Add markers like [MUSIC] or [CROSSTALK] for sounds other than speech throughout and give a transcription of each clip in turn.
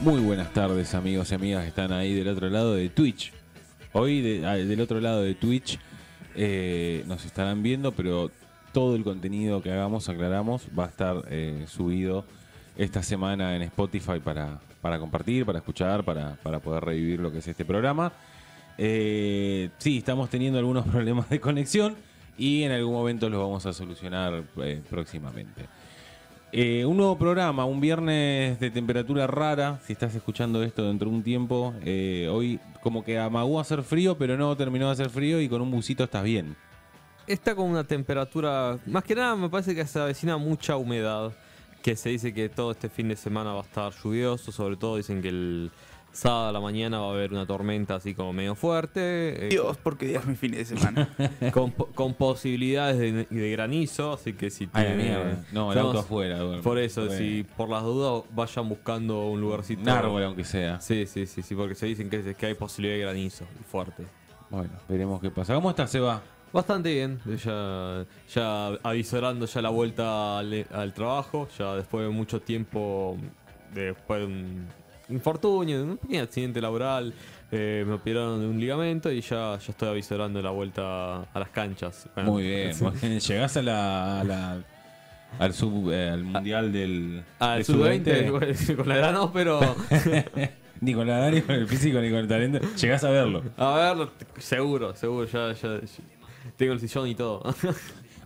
Muy buenas tardes amigos y amigas que están ahí del otro lado de Twitch. Hoy de- ah, del otro lado de Twitch eh, nos estarán viendo, pero todo el contenido que hagamos, aclaramos, va a estar eh, subido esta semana en Spotify para, para compartir, para escuchar, para, para poder revivir lo que es este programa. Eh, sí, estamos teniendo algunos [LAUGHS] problemas de conexión y en algún momento los vamos a solucionar eh, próximamente. Eh, un nuevo programa, un viernes de temperatura rara. Si estás escuchando esto dentro de un tiempo, eh, hoy como que amagó a hacer frío, pero no terminó de hacer frío y con un busito estás bien. Está con una temperatura. Más que nada, me parece que se avecina mucha humedad. Que se dice que todo este fin de semana va a estar lluvioso. Sobre todo, dicen que el sábado a la mañana va a haber una tormenta así como medio fuerte. eh, Dios, porque Dios mi fin [LAUGHS] de semana. con, po- con posibilidades de, de granizo. Así que si Ay, tiene- mierda. Eh, No, el Estamos- auto afuera. duerme. Por eso, Bueno. si por las dudas vayan buscando un lugarcito. Un árbol, aunque sea. Sí, sí, sí, sí, porque se dicen que, que hay posibilidad de granizo y fuerte. Bueno, veremos qué pasa. ¿Cómo estás, Seba? Bastante bien, ya, ya avisorando ya la vuelta al, al trabajo, ya después de mucho tiempo, después de un infortunio, de un pequeño accidente laboral, eh, me operaron de un ligamento y ya, ya estoy avisorando la vuelta a las canchas. Bueno, Muy bien. sí. muy bien. Llegás a la, a la- al, sub, eh, al mundial del. Ah, Al del sub-20 [LAUGHS] con la gran [LAUGHS] pero Ni con la edad, ni con el físico, ni con el talento. Llegás a verlo. a ver, seguro, seguro, ya, ya- ya- tengo el sillón y todo. [LAUGHS]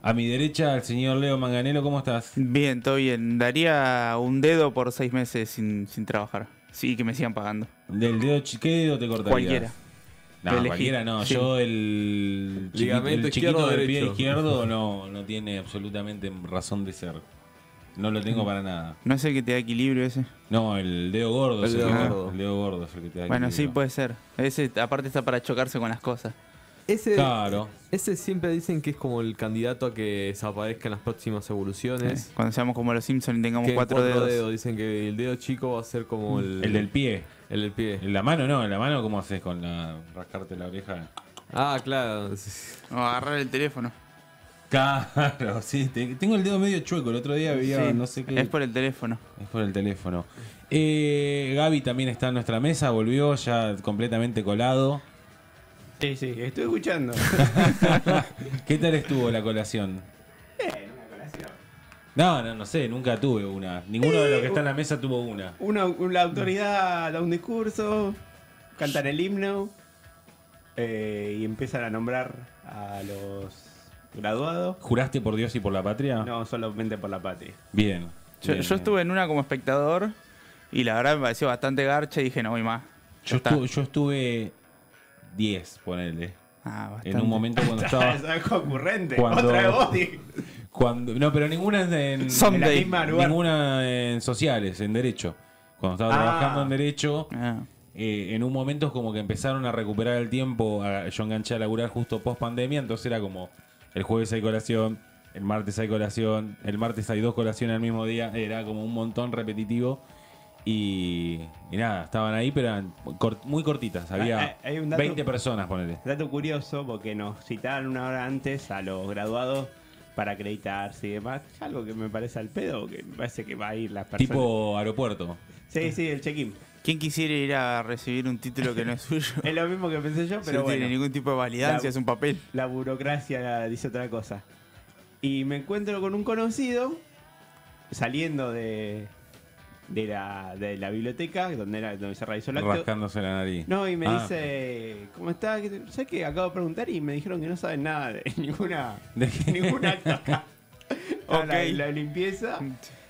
A mi derecha, el señor Leo Manganelo, ¿cómo estás? Bien, todo bien. Daría un dedo por seis meses sin, sin trabajar. Sí, que me sigan pagando. ¿Del dedo chi- qué dedo te cortarías? Cualquiera. No, Te elegí. cualquiera no. Sí. Yo el, chiqui- Ligamento el chiquito izquierdo o del pie derecho. [LAUGHS] izquierdo no, no tiene absolutamente razón de ser. No lo tengo para nada. No sé qué te da equilibrio ese. No, el dedo gordo. El es dedo que- gordo. el dedo gordo es el que te da Bueno, sí, pues. equilibrio. puede ser. Ese aparte está para chocarse con las cosas. Ese, Claro. Ese siempre dicen que es como el candidato a que desaparezca en las próximas evoluciones. Eh, Cuando seamos como los Simpsons y tengamos Que en cuatro, dedos. Mm, Dicen que el dedo chico va a ser como el, El del pie. el del pie. En la mano no, en la mano ¿cómo haces con la rascarte la oreja? Ah, claro. Sí. O agarrar el teléfono. Claro, [LAUGHS] sí, te- tengo el dedo medio chueco, el otro día veía Sí, no sé qué. Es por el teléfono. Es por el teléfono. Eh, Gaby también está en nuestra mesa, volvió ya completamente colado. Sí, sí, estoy escuchando. ¿Qué tal estuvo la colación? No, no, no sé, nunca tuve una. Ninguno de los que está en la mesa tuvo una. Una, la autoridad da un discurso, cantan el himno eh, y empiezan a nombrar a los graduados. ¿Juraste por Dios y por la patria? No, solamente por la patria. Bien. Yo, bien. yo estuve en una como espectador y la verdad me pareció bastante garcha y dije, no voy más. Yo Ya está. estuve, yo estuve 10, ponele. Ah, bastante. En un momento cuando [LAUGHS] Es estaba. algo concurrente. Ah. Cuando- Otra vez vos dije. Cuando, no, pero ninguna en, Son En la de- misma lugar. ninguna en sociales, en derecho. Cuando estaba Ah. trabajando en derecho, Ah. eh, en un momento es como que empezaron a recuperar el tiempo. a- yo enganché a laburar justo post pandemia, entonces era como el jueves hay colación, el martes hay colación, el martes hay dos colaciones al mismo día. Era como un montón repetitivo. Y, y nada, estaban ahí, pero eran cort- muy cortitas. Había hay- hay un dato- 20 personas, ponele. Dato curioso, porque nos citaron una hora antes a los graduados para acreditarse y demás. Algo que me parece al pedo, que me parece que va a ir las personas. Tipo aeropuerto. Sí, sí, el check-in. ¿Quién quisiera ir a recibir un título que no es [LAUGHS] suyo? Es lo mismo que pensé yo, Si pero no bueno. tiene ningún tipo de validancia, La- es un papel. la burocracia dice otra cosa. Y me encuentro con un conocido saliendo de, de, la, de la biblioteca, donde, era, donde se realizó el acto. Rascándose la nariz. No, y me Ah. [LAUGHS] dice, ¿cómo está? ¿Qué te- ¿Sabes qué? Acabo de preguntar y me dijeron que no saben nada de [LAUGHS] ninguna, ¿De qué? ningún [LAUGHS] acto acá. Estaba la- Ok. la, limpieza.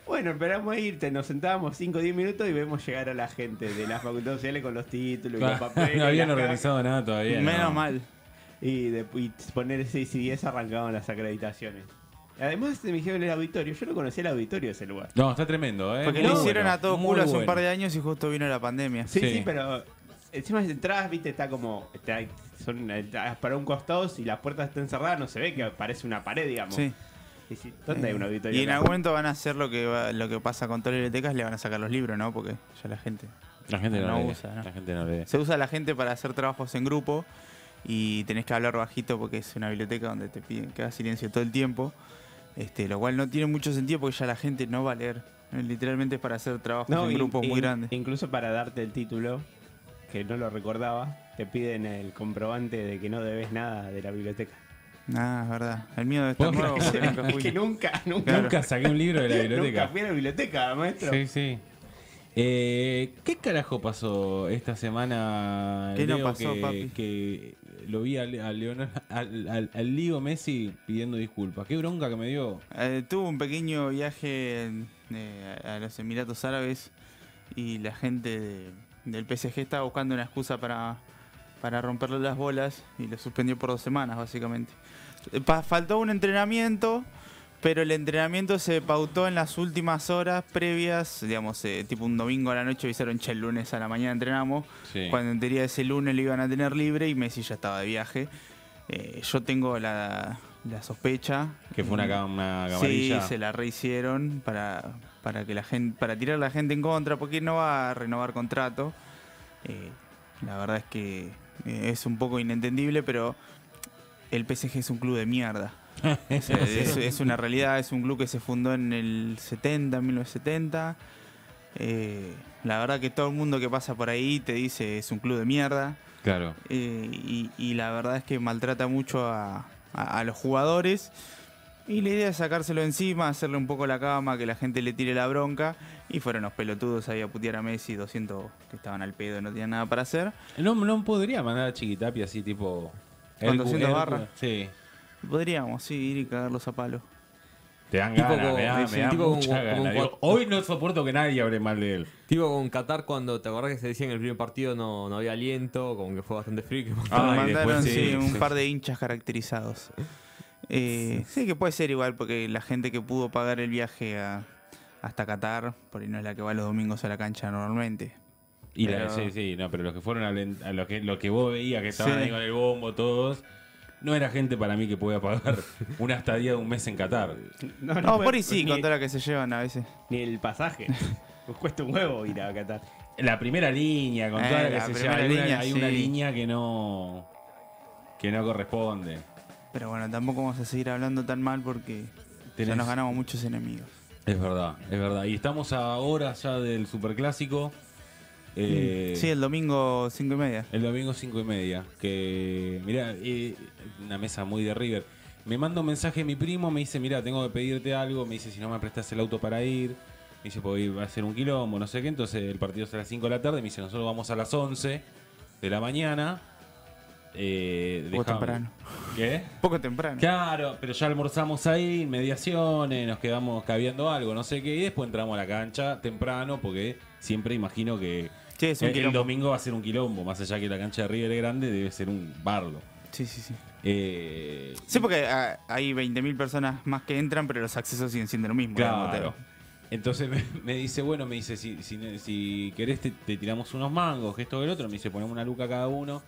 Bueno, esperamos a irte, nos sentábamos 5 o 10 minutos y vemos llegar a la gente de las facultades sociales con los títulos y los [LAUGHS] papeles. no habían las cajas. organizado nada todavía. Menos no. mal. Y, de, y poner 6 y 10 arrancaban las acreditaciones. Además me dijeron el auditorio, yo no conocía el auditorio de ese lugar. No, está tremendo, ¿eh? Porque Muy lo hicieron bueno, a todo muy culo hace un bueno. par de años y justo vino la pandemia. Sí, sí, Sí. pero encima de atrás, viste, está como... Está, son está para un costado, si las puertas están cerradas no se ve que parece una pared, digamos. Sí. Eh, Y si- ¿Dónde hay un auditorio? Y en acá? algún momento van a hacer lo que va- lo que pasa con todas las bibliotecas, le van a sacar los libros, ¿no? Porque ya la gente. La gente no, No lee, usa, ¿no? La gente no lee. Se usa la gente para hacer trabajos en grupo y tenés que hablar bajito porque es una biblioteca donde te piden que hagas silencio todo el tiempo. Este, lo cual no tiene mucho sentido porque ya la gente no va a leer. Literalmente es para hacer trabajos No, en in- grupos muy in- grandes. Incluso para darte el título, que no lo recordaba, te piden el comprobante de que no debes nada de la [LAUGHS] biblioteca. Ah, es verdad. El miedo de estar Vos- nuevo porque nunca fui. que nunca, nunca, Claro. Nunca saqué un libro de [LAUGHS] la nunca biblioteca. fui a la biblioteca, maestro. Sí, sí. Eh, ¿Qué carajo pasó esta semana? ¿Qué no Leo, pasó, que, papi? que lo vi a, Le- a Leonel- al, al- al Leo Messi pidiendo disculpas. Qué bronca que me dio. Eh, tuve un pequeño viaje en, eh, a los Emiratos Árabes y la gente de- del PSG estaba buscando una excusa para, para romperle las bolas y lo suspendió por dos semanas, básicamente. Eh, pa- faltó un entrenamiento, pero el entrenamiento se pautó en las últimas horas previas, digamos, eh, tipo un domingo a la noche, avisaron, che, el lunes a la mañana entrenamos. Cuando en teoría ese lunes lo iban a tener libre y Messi ya estaba de viaje. Eh, yo tengo la, la sospecha. Que fue una, ca- una Sí, camarilla. se la rehicieron para, para que la gente, para tirar a la gente en contra, porque no va a renovar contrato. Eh, la verdad es que eh, es un poco inentendible, pero el PSG es un club de mierda. O sea, es, es una realidad, es un club que se fundó en el 70, 1970. Eh, la verdad que todo el mundo que pasa por ahí te dice es un club de mierda. Claro. Eh, y, y la verdad es que maltrata mucho a, a- a los jugadores. Y la idea es sacárselo encima, hacerle un poco la cama, que la gente le tire la bronca. Y fueron los pelotudos ahí a putear a Messi, 200 que estaban al pedo, no tenían nada para hacer. No, no podría mandar a Chiquitapi así tipo. Con 200 barras. Sí. Podríamos, sí, ir y cagarlos a palo. Te dan Tipo ganas, como- me da, me sí, da tipo mucha como- como gana. un Digo, cuat- hoy no soporto que nadie hable mal de él. Tipo con Qatar cuando te acordás que se decía en el primer partido no, no había aliento, como que fue bastante frío. que Ah, y mandaron después sí, sí, un sí. par de hinchas caracterizados. Eh, sí, que puede ser igual, porque la gente que pudo pagar el viaje a- hasta Qatar, por ahí no es la que va los domingos a la cancha normalmente. Y la- Pero- sí, sí, no, pero los que fueron a, len- a los que, los que vos veías que estaban Sí. ahí con el bombo, todos, no era gente para mí que podía [LAUGHS] pagar una estadía de un mes en Qatar. No, No, fue por ahí sí, ni, con toda la que se llevan a veces. ni el [LAUGHS] pasaje. Nos cuesta un huevo ir a Qatar. La primera línea, con Eh, toda la que la se primera lleva, hay, una- línea, hay una, sí. línea que no que no corresponde. Pero bueno, tampoco vamos a seguir hablando tan mal porque ya Tenés- nos ganamos muchos enemigos. Es verdad, es verdad. Y estamos ahora ya del superclásico. Eh, Sí, el domingo 5 y media. El domingo 5 y media. Que, mirá, eh, una mesa muy de River. Me manda un mensaje mi primo, me dice, mirá, tengo que pedirte algo. Me dice, si no me prestas el auto para ir. Me dice, porque va a ser un quilombo, no sé qué. Entonces el partido es a las 5 de la tarde. Me dice, nosotros vamos a las 11 de la mañana. Eh, Poco dejame- temprano. ¿Qué? Poco temprano. Claro, pero ya almorzamos ahí, mediaciones, nos quedamos caviando algo, no sé qué. Y después entramos a la cancha temprano, porque siempre imagino que Sí, es un el, el quilombo. domingo va a ser un quilombo, más allá que la cancha de River es grande, debe ser un barlo. Sí, sí, sí. Eh, Sí, porque ah, hay 20.000 personas más que entran, pero los accesos siguen siendo lo mismo. digamos, claro. te- Entonces me, [LAUGHS] me dice, bueno, me dice, si, si, si querés te, te tiramos unos mangos, que esto que el otro, me dice, ponemos una luca cada uno.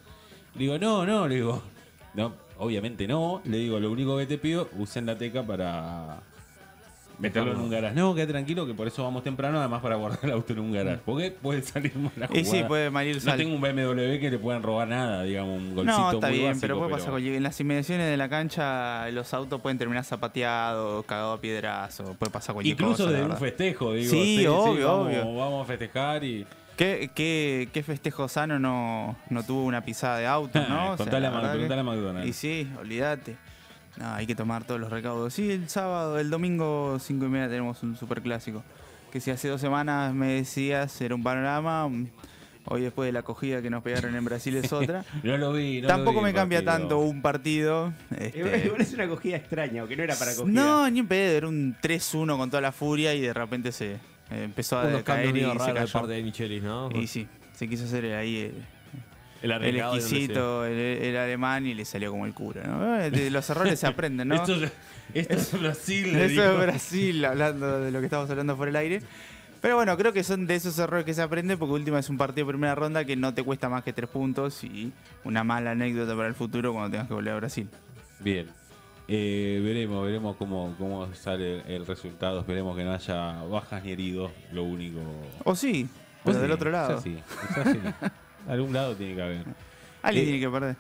Le digo, no, no, le digo, [LAUGHS] no, obviamente no, le digo, lo único que te pido, usen la teca para meterlo en un garage. No, queda tranquilo, que por eso vamos temprano, además para guardar el auto en un garage, porque puede salir mala jugada. Mm. Y sí, puede malir No sal. tengo un BMW que le puedan robar nada, digamos, un golcito No, está muy bien, básico, pero puede pasar. pero- cualquier- En las inmediaciones de la cancha, los autos pueden terminar zapateados, cagados a piedrazo, puede pasar cualquier Incluso cosa. la de un verdad. festejo, digo. Sí, obvio, vamos, obvio. Vamos a festejar y. ¿Qué, qué, qué festejo sano no, no tuvo una pisada de auto, [LAUGHS] no? Eh, O sea, Contale a la Mac- verdad que- preguntale a McDonald's. Y sí, olvídate. No, hay que tomar todos los recaudos. Sí, el sábado, el domingo 5 y media tenemos un superclásico. Que si hace dos semanas me decías era un panorama, mm, hoy después de la acogida que nos pegaron en [LAUGHS] Brasil es otra. No lo vi, no lo vi Tampoco el me cambia partido. tanto un partido. este, Igual es una cogida extraña, o que no era para cogida. no, ni un pedo, era un 3-1 con toda la furia y de repente se eh, empezó [LAUGHS] a Unos cambios decaer y medio se raros de cayó. parte de Michelis, ¿no? Y sí, se quiso hacer ahí el, el el arriesgado de donde exquisito, el, el alemán y le salió como el culo, ¿no? Eh, De los errores se [LAUGHS] aprenden, ¿no? Esto, [LAUGHS] esto es Brasil. le Eso digo. es Brasil, hablando de lo que estamos hablando por el aire. Pero bueno, creo que son de esos errores que se aprende porque última es un partido de primera ronda que no te cuesta más que tres puntos y una mala anécdota para el futuro cuando tengas que volver a Brasil. Bien. Eh, veremos, veremos cómo, cómo sale el, el resultado. Esperemos que no haya bajas ni heridos. Lo único. O sí, pero Pues Sí, del otro lado. es así, es [LAUGHS] así. Algún lado tiene que haber. Alguien Eh, tiene que perder.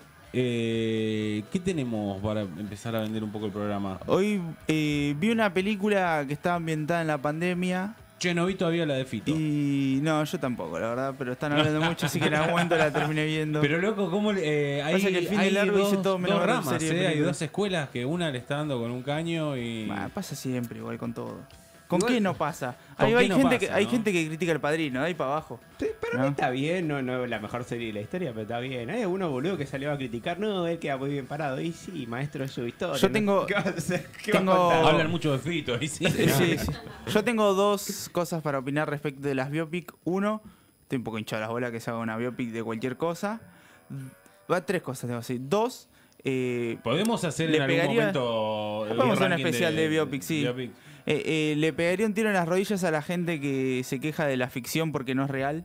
Eh, ¿Qué tenemos para empezar a vender un poco el programa? Hoy eh, vi una película que estaba ambientada en la pandemia Che, no vi todavía la de Fito. Y no, yo tampoco, la verdad, pero están hablando mucho, así que en algún momento la terminé viendo. Pero loco, ¿cómo le- eh, hay, Pasa que el fin de hay largo dos, hice todo menos dos ver ramas, serie de eh, hay películas. dos escuelas que una le está dando con un caño y... Bah, pasa siempre, igual con todo. ¿Con Igual- qué no pasa? ¿Con Ahí qué hay, no gente pasa, que, hay no? gente que critica al padrino, de ahí para abajo. Sí, este, Para ¿No? mí está bien, no, no es la mejor serie de la historia, pero está bien. Hay algunos boludo que salió a criticar, no, él queda muy bien parado. Y sí, maestro es su historia. Yo ¿no? tengo- [LAUGHS] ¿Qué vas a hacer? ¿Qué tengo- vas a contar? Hablan mucho de Fito, ahí sí. oh. Sí, Eh, sí, sí. Yo tengo dos cosas para opinar respecto de las biopic. Uno, estoy un poco hinchado las bolas que se haga una biopic de cualquier cosa. Va tres cosas, tengo así. Dos, eh, Podemos hacer Le en algún pegaría- momento... eh, un Vamos a hacer un ranking especial de biopic, sí. biopic. eh, eh, le pegaría un tiro en las rodillas a la gente que se queja de la ficción porque no es real.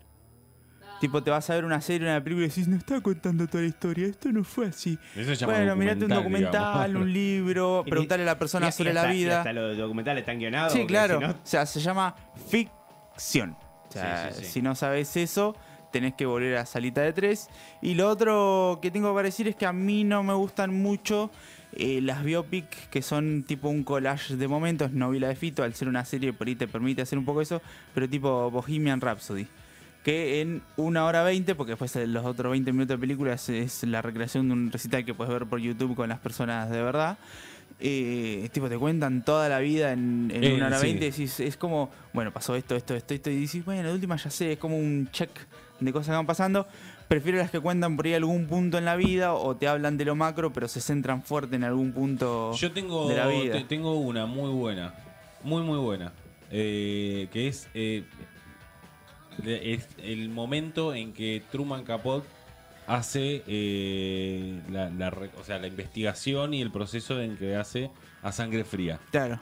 Tipo, te vas a ver una serie, una película y decís, no está contando toda la historia, esto no fue así. Eso se llama Bueno, mirate un documental, digamos. un libro, [LAUGHS] Y- preguntarle a la y- persona y sobre la hasta- y vida. Hasta los documentales están guionados. Sí, porque claro. si no- O sea, se llama ficción. O sea, Sí, sí, sí. si no sabes eso, tenés que volver a salita de tres. Y lo otro que tengo para decir es que a mí no me gustan mucho eh, las biopic que son tipo un collage de momentos. No vi la de Fito, al ser una serie por ahí te permite hacer un poco eso, pero tipo Bohemian Rhapsody. Que en una hora 20, porque después de los otros 20 minutos de película es, es la recreación de un recital que puedes ver por YouTube con las personas de verdad. Eh, tipo, te cuentan toda la vida en, en Eh, una hora sí. 20 decís, es como, bueno, pasó esto, esto, esto, esto, y decís, bueno, de última ya sé, es como un check de cosas que van pasando. Prefiero las que cuentan por ahí algún punto en la vida o te hablan de lo macro, pero se centran fuerte en algún punto. Yo tengo, de la vida. te- tengo una muy buena, muy muy buena, eh, que es, eh, de- es el momento en que Truman Capote hace eh, la, la re- o sea, la investigación y el proceso en que hace a sangre fría. Claro.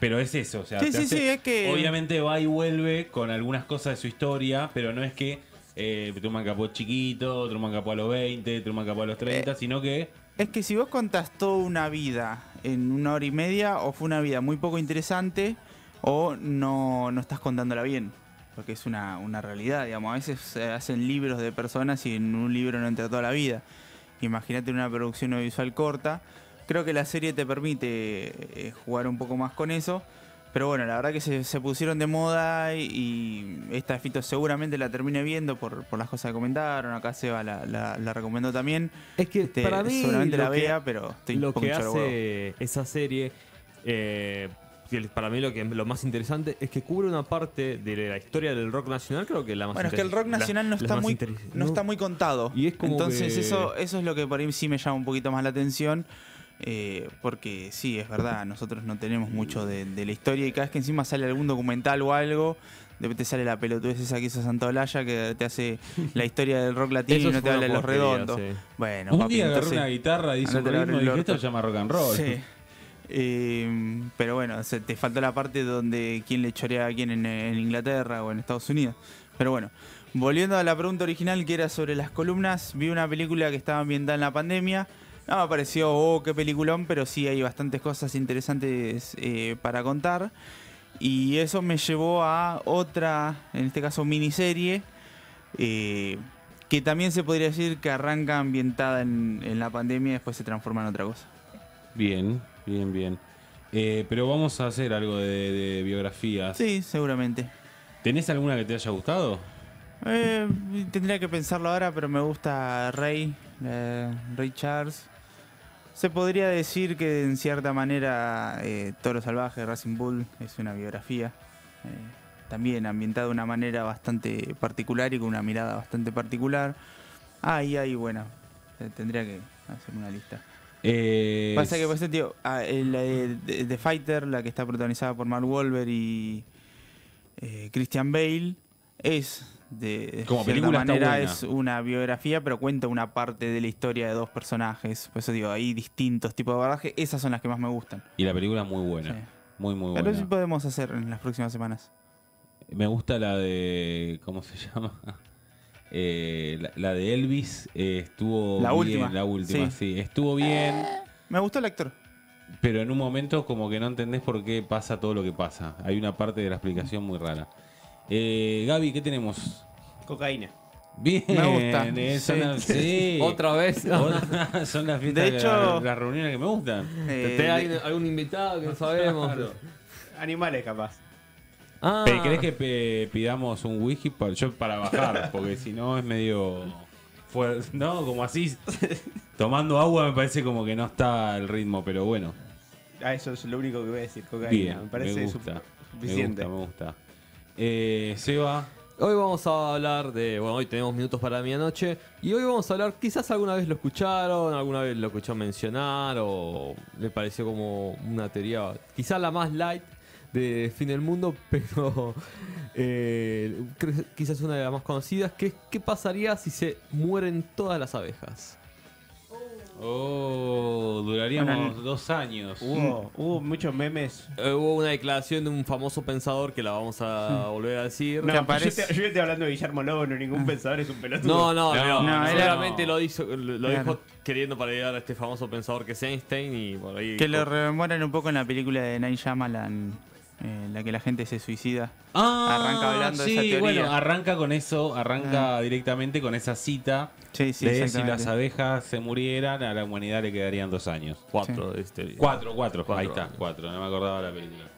Pero es eso, o sea, Sí, te sí, hace- sí, es que- obviamente va y vuelve con algunas cosas de su historia, pero no es que eh, Truman Capote chiquito, Truman Capote a los 20, Truman Capote a los 30, Eh, sino que Es que si vos contás toda una vida en una hora y media, o fue una vida muy poco interesante, o no, no estás contándola bien. Porque es una, una realidad, digamos. A veces se hacen libros de personas y en un libro no entra toda la vida. Imagínate una producción audiovisual corta. Creo que la serie te permite eh, jugar un poco más con eso. Pero bueno, la verdad que se, se pusieron de moda y, y esta de Fito seguramente la termine viendo por, por las cosas que comentaron. Acá Seba la, la, la recomendó también. Es que Este, para mí seguramente la lo que- vea, pero estoy lo un poco que hinchado de huevo. hace esa serie, eh, que el- para mí lo, que, lo más interesante es que cubre una parte de la historia del rock nacional, creo que la más Bueno, es que el interes- rock la- nacional no las está más muy interes- no está muy contado. Y es como Entonces que- eso eso es lo que por ahí sí me llama un poquito más la atención. eh, porque sí, es verdad, nosotros no tenemos mucho de, de la historia y cada vez que encima sale algún documental o algo, de repente sale la pelotudez esa que hizo Santa Olalla que te hace la historia del rock latino Eso y no te fue habla una de los porquería, redondos. sí. Bueno, un papi, día agarró entonces- una guitarra, dice un andate a lavar ritmo el y dije, orto. esto se llama rock and roll. Sí. Eh, pero bueno, se- te faltó la parte donde quién le chorea a quién en, en Inglaterra o en Estados Unidos. Pero bueno, volviendo a la pregunta original que era sobre las columnas, vi una película que estaba ambientada en la pandemia. No me pareció, oh, qué peliculón, pero sí hay bastantes cosas interesantes eh, para contar. Y eso me llevó a otra, en este caso miniserie, eh, que también se podría decir que arranca ambientada en, en la pandemia y después se transforma en otra cosa. [LAUGHS] Bien, bien, bien. Eh, pero vamos a hacer algo de, de biografías. Sí, seguramente. ¿Tenés alguna que te haya gustado? Eh, tendría que pensarlo ahora, pero me gusta Rey, eh, Ray Charles. Se podría decir que en cierta manera eh, Toro Salvaje, Racing Bull, es una biografía. eh, también ambientada de una manera bastante particular y con una mirada bastante particular. Ahí, ahí, bueno. eh, Tendría que hacer una lista. Eh, Pasa que, por ejemplo, tío, ah, eh, la de, de- de Fighter, la que está protagonizada por Mark Wahlberg y eh, Christian Bale, es de, de Como cierta película está manera buena. es una biografía, pero cuenta una parte de la historia de dos personajes. Por eso digo, hay distintos tipos de abordaje. Esas son las que más me gustan. Y la película es muy buena. Sí. Muy, muy Pero sí buena. podemos hacer en las próximas semanas. Me gusta la de. ¿Cómo se [LAUGHS] llama? Eh, la, la de Elvis eh, estuvo La bien, última. Ah. la última, sí. estuvo bien, Me gustó el actor. pero en un momento como que no entendés por qué pasa todo lo que pasa. Hay una parte de la explicación muy rara. Eh, Gaby, ¿qué tenemos? Cocaína. Bien, Me gusta. eh, son Sí. las- sí. [LAUGHS] Otra [LAUGHS] vez. Otra- son las fiestas, De que- hecho- las, reuniones que me gustan. Eh, ¿Te- de- hay algún invitado que no sabemos? Animales, capaz. Ah, Pe- ¿Querés que pe- pidamos un whisky para, yo para bajar? Porque si no es medio. fuer- no, como así. Tomando agua me parece como que no está el ritmo, pero bueno. Ah, eso es lo único que voy a decir, cocaína. Bien, me parece me su- gusta, suficiente. Me gusta, me gusta. Eh, Seba, Hoy vamos a hablar de. Bueno, hoy tenemos minutos para medianoche. Y hoy vamos a hablar. Quizás alguna vez lo escucharon, alguna vez lo escucharon mencionar. O le pareció como una teoría. Quizás la más light de Fin del Mundo. [LAUGHS] Pero. eh, cre- quizás una de las más conocidas. Que es: ¿qué pasaría si se mueren todas las abejas? Oh, duraríamos Bueno, dos años. Uh, Hubo, hubo muchos memes. Eh, Hubo una declaración de un famoso pensador que la vamos a volver a decir. No, Que yo, aparece- Ah. te, yo estoy hablando de Guillermo Lobo, no ningún pensador es un pelotudo. No, no, no, no, era- seguramente no. lo, hizo, lo lo Claro. dijo queriendo parodiar a este famoso pensador que es Einstein y por ahí. Que lo rememoran un poco en la película de Night Shyamalan, eh, en la que la gente se suicida. Ah, Arranca hablando de sí, esa teoría. Ah. bueno, arranca con eso, arranca directamente con esa cita Sí, sí, de si exactamente. las abejas se murieran, a la humanidad le quedarían dos años. Cuatro, este. Cuatro, cuatro, Cuatro. ahí está, cuatro, no me acordaba la película.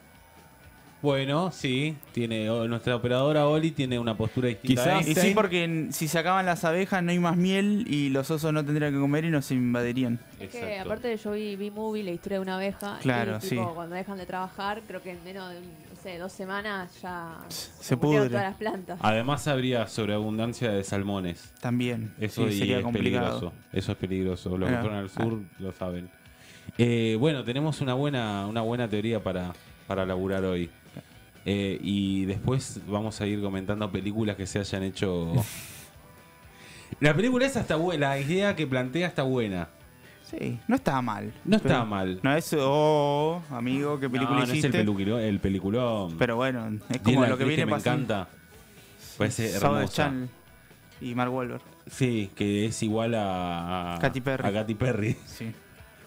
Bueno, sí, tiene o- nuestra operadora Oli tiene una postura distinta. a Quizás- Y Einstein. sí, porque en- si sacaban las abejas no hay más miel y los osos no tendrían que comer y nos invadirían. Es que Exacto. aparte yo vi B-Movie, la historia de una abeja. Claro, y, tipo, sí. Cuando dejan de trabajar, creo que en menos de no sé, dos semanas ya Se murieron pudre. todas las plantas. Además habría sobreabundancia de salmones. También. Eso Sí, y sería es complicado. Ah. peligroso. Eso es peligroso. Los Claro. que fueron al sur lo saben. Eh, bueno, tenemos una buena, una buena teoría para, para laburar hoy. Eh, y después vamos a ir comentando películas que se hayan [LAUGHS] hecho. La película esa está buena, la idea que plantea está buena. Sí, no está mal. No está Pero- mal. No es, oh, amigo, qué película No, no es hiciste. el, peliculón, el peliculón. pero bueno, es Tiene como una lo que actriz viene me pasando. encanta. Parece Saoirse hermosa. Chan y Mark Wahlberg. Sí, que es igual a. a- Katy Perry. A Katy Perry. Sí.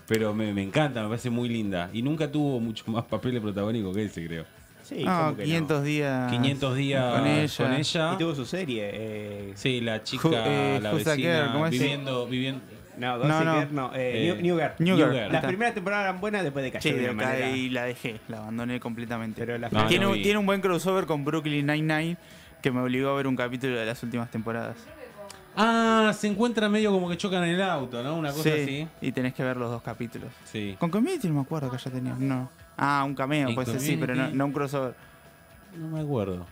Pero me, me encanta, me parece muy linda. Y nunca tuvo mucho más papeles protagónicos que ese, creo. Sí, Ah, ¿cómo que no? 500 días. 500 días Ah, con con ella. ella. Y tuvo su serie. eh, Sí, la chica, Ju- eh, la Who's That Girl? vecina, ¿Cómo es? viviendo, viviendo... No, No, no, no. no. no eh, Eh, New, New Girl. New New Girl. Girl. ahí Las está. primeras temporadas eran buenas, después de Sí, cayó de de una manera. acá y la dejé, la abandoné completamente. Pero las No, primeras- tiene, un, vi. tiene un buen crossover con Brooklyn Nine-Nine que me obligó a ver un capítulo de las últimas temporadas. Ah, se encuentra medio como que chocan en el auto, ¿no? Una cosa Sí, y tenés que ver los dos capítulos. así. Sí. Con Community no me acuerdo que ya tenía. No. Ah, un cameo, En pues sí, pero no, Community. no un crossover. No me acuerdo.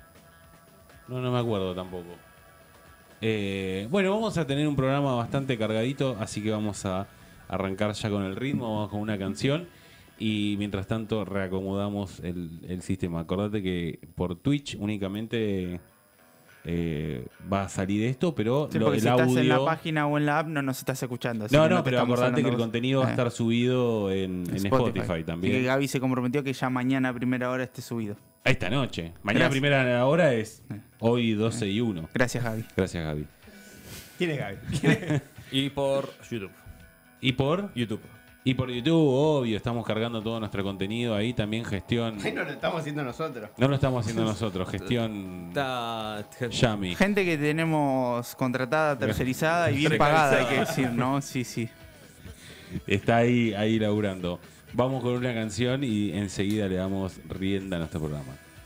No, no me acuerdo tampoco. Eh, bueno, vamos a tener un programa bastante cargadito, así que vamos a arrancar ya con el ritmo, vamos con una canción. Y mientras tanto reacomodamos el, el sistema. Acordate que por Twitch únicamente eh, va a salir esto, pero Sí, lo- porque el si audio... estás en la página o en la app no nos estás escuchando. así no, que no, te pero estamos acordate que el hablando vos. contenido va a Eh, estar subido en, en Spotify. también. Así que Gaby se comprometió que ya mañana a primera hora esté subido. Esta noche. Mañana Gracias. primera hora es Eh. hoy 12 y 1. Gracias, Gaby. Gracias, Gaby. ¿Quién es Gaby? ¿Quién es? [LAUGHS] Y por YouTube. Y por YouTube. y por YouTube, obvio, estamos cargando todo nuestro contenido ahí también gestión. Ay, no lo estamos haciendo nosotros. No lo estamos haciendo nosotros, gestión Está. este Yami. Gente que tenemos contratada, tercerizada y bien Precarizada. pagada, hay que decir, ¿no? Sí, sí. Está ahí ahí laburando. Vamos con una canción y enseguida le damos rienda a nuestro programa.